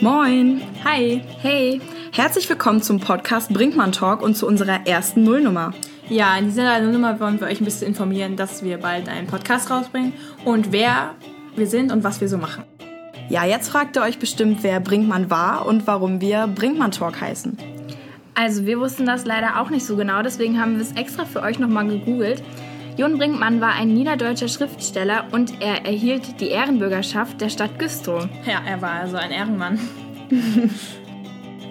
Moin. Hi. Hey. Herzlich willkommen zum Podcast Brinkmann Talk und zu unserer ersten Nullnummer. Ja, in dieser Nummer wollen wir euch ein bisschen informieren, dass wir bald einen Podcast rausbringen und wer wir sind und was wir so machen. Ja, jetzt fragt ihr euch bestimmt, wer Brinkmann war und warum wir Brinkmann Talk heißen. Also wir wussten das leider auch nicht so genau, deswegen haben wir es extra für euch nochmal gegoogelt. Jon Brinkmann war ein niederdeutscher Schriftsteller und er erhielt die Ehrenbürgerschaft der Stadt Güstrow. Ja, er war also ein Ehrenmann.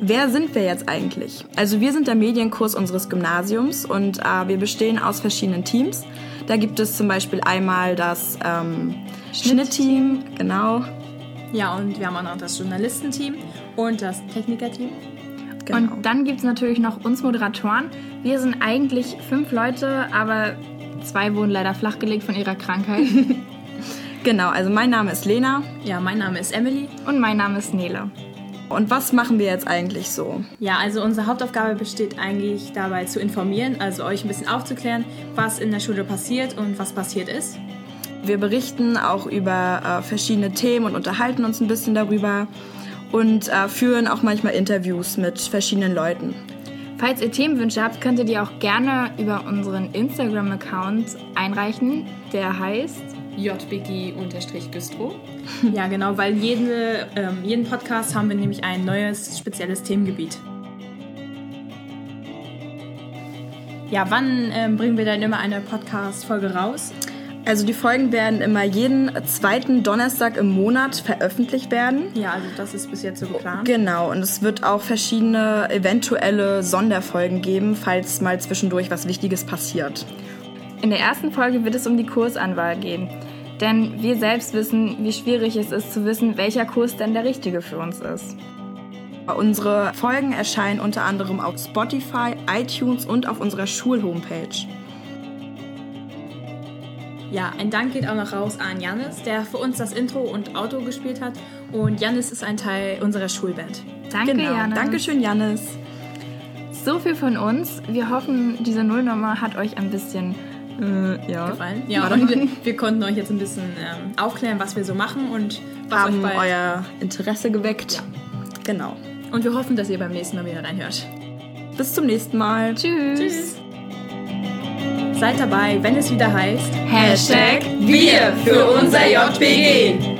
Wer sind wir jetzt eigentlich? Also wir sind der Medienkurs unseres Gymnasiums und äh, wir bestehen aus verschiedenen Teams. Da gibt es zum Beispiel einmal das ähm, Schnittteam, genau, Ja, und wir haben auch noch das Journalistenteam und das Technikerteam. genau. Und dann gibt es natürlich noch uns Moderatoren. Wir sind eigentlich fünf Leute, aber zwei wurden leider flachgelegt von ihrer Krankheit. genau, also mein Name ist Lena. Ja, mein Name ist Emily. und mein Name ist Nele. Und was machen wir jetzt eigentlich so? Ja, also unsere Hauptaufgabe besteht eigentlich dabei zu informieren, also euch ein bisschen aufzuklären, was in der Schule passiert und was passiert ist. Wir berichten auch über äh, verschiedene Themen und unterhalten uns ein bisschen darüber und äh, führen auch manchmal Interviews mit verschiedenen Leuten. Falls ihr Themenwünsche habt, könnt ihr die auch gerne über unseren Instagram-Account einreichen. Der heißt jbg-güstrow. Ja, genau, weil jede, ähm, jeden Podcast haben wir nämlich ein neues spezielles Themengebiet. Ja, wann ähm, bringen wir dann immer eine Podcast-Folge raus? Also die Folgen werden immer jeden zweiten Donnerstag im Monat veröffentlicht werden. Ja, also das ist bis jetzt so geplant. Genau, und es wird auch verschiedene eventuelle Sonderfolgen geben, falls mal zwischendurch was Wichtiges passiert. In der ersten Folge wird es um die Kursanwahl gehen. Denn wir selbst wissen, wie schwierig es ist zu wissen, welcher Kurs denn der richtige für uns ist. Unsere Folgen erscheinen unter anderem auf Spotify, iTunes und auf unserer Schulhomepage. Ja, ein Dank geht auch noch raus an Janis, der für uns das Intro und Auto gespielt hat. Und Janis ist ein Teil unserer Schulband. Danke, genau. Jana. Dankeschön, Janis. So viel von uns. Wir hoffen, diese Nullnummer hat euch ein bisschen äh, ja, Gefallen? Ja, und wir, wir konnten euch jetzt ein bisschen ähm, aufklären, was wir so machen und was Also euch haben bei... euer Interesse geweckt. Genau. Und wir hoffen, dass ihr beim nächsten Mal wieder reinhört. Bis zum nächsten Mal. Tschüss. Tschüss. Seid dabei, wenn es wieder heißt... Hashtag Wir für unser JBG.